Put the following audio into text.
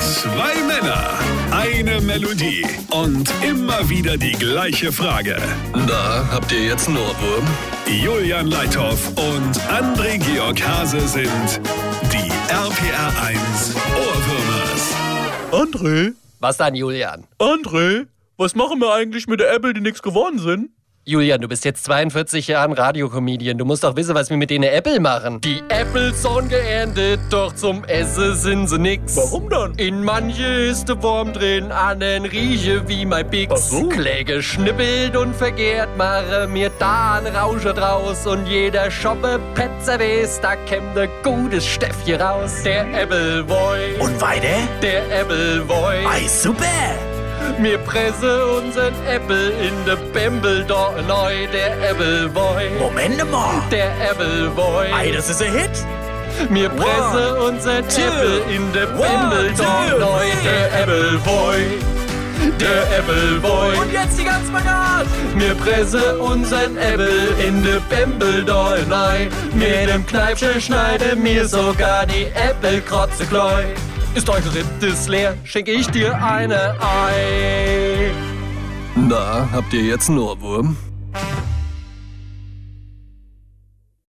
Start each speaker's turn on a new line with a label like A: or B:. A: Zwei Männer, eine Melodie und immer wieder die gleiche Frage.
B: Da habt ihr jetzt einen Ohrwurm.
A: Julian Leithoff und André Georg Hase sind die RPR 1 Ohrwürmers.
C: André,
D: Was dann, Julian?
C: André, was machen wir eigentlich mit der Apple, die nichts geworden sind?
D: Julian, du bist jetzt 42 Jahre Radiocomedian. Du musst doch wissen, was wir mit denen Apple machen. Die Apple sind geendet, doch zum Essen sind sie nix.
C: Warum dann?
D: In manche ist der Wurm drin, anderen rieche wie mein Pix.
C: Ach so.
D: Kläge schnippelt und verkehrt, mache mir da einen Rauscher draus. Und jeder Shoppe Petzer weiß, da käm ne gutes Steffje raus. Der Apple Boy,
E: Und weiter?
D: der Apple Boy.
E: Ei, super!
D: Mir presse unseren Apple in de Bembel da neu, der Appleboy.
E: Moment mal!
D: Der
E: Ei,
D: Appleboy.
E: das ist ein Hit!
D: Mir presse unseren Apple in de Bembel da
E: two,
D: neu, der Appleboy. Der Appleboy.
E: Und jetzt die ganze Spagat!
D: Mir presse unseren Apple in de Bembel da neu. Mit dem Kneipsche schneide mir sogar die Apple-Krotze kleu. Ist euch Rittes leer, schenke ich dir eine Ei.
B: Da habt ihr jetzt einen Ohrwurm.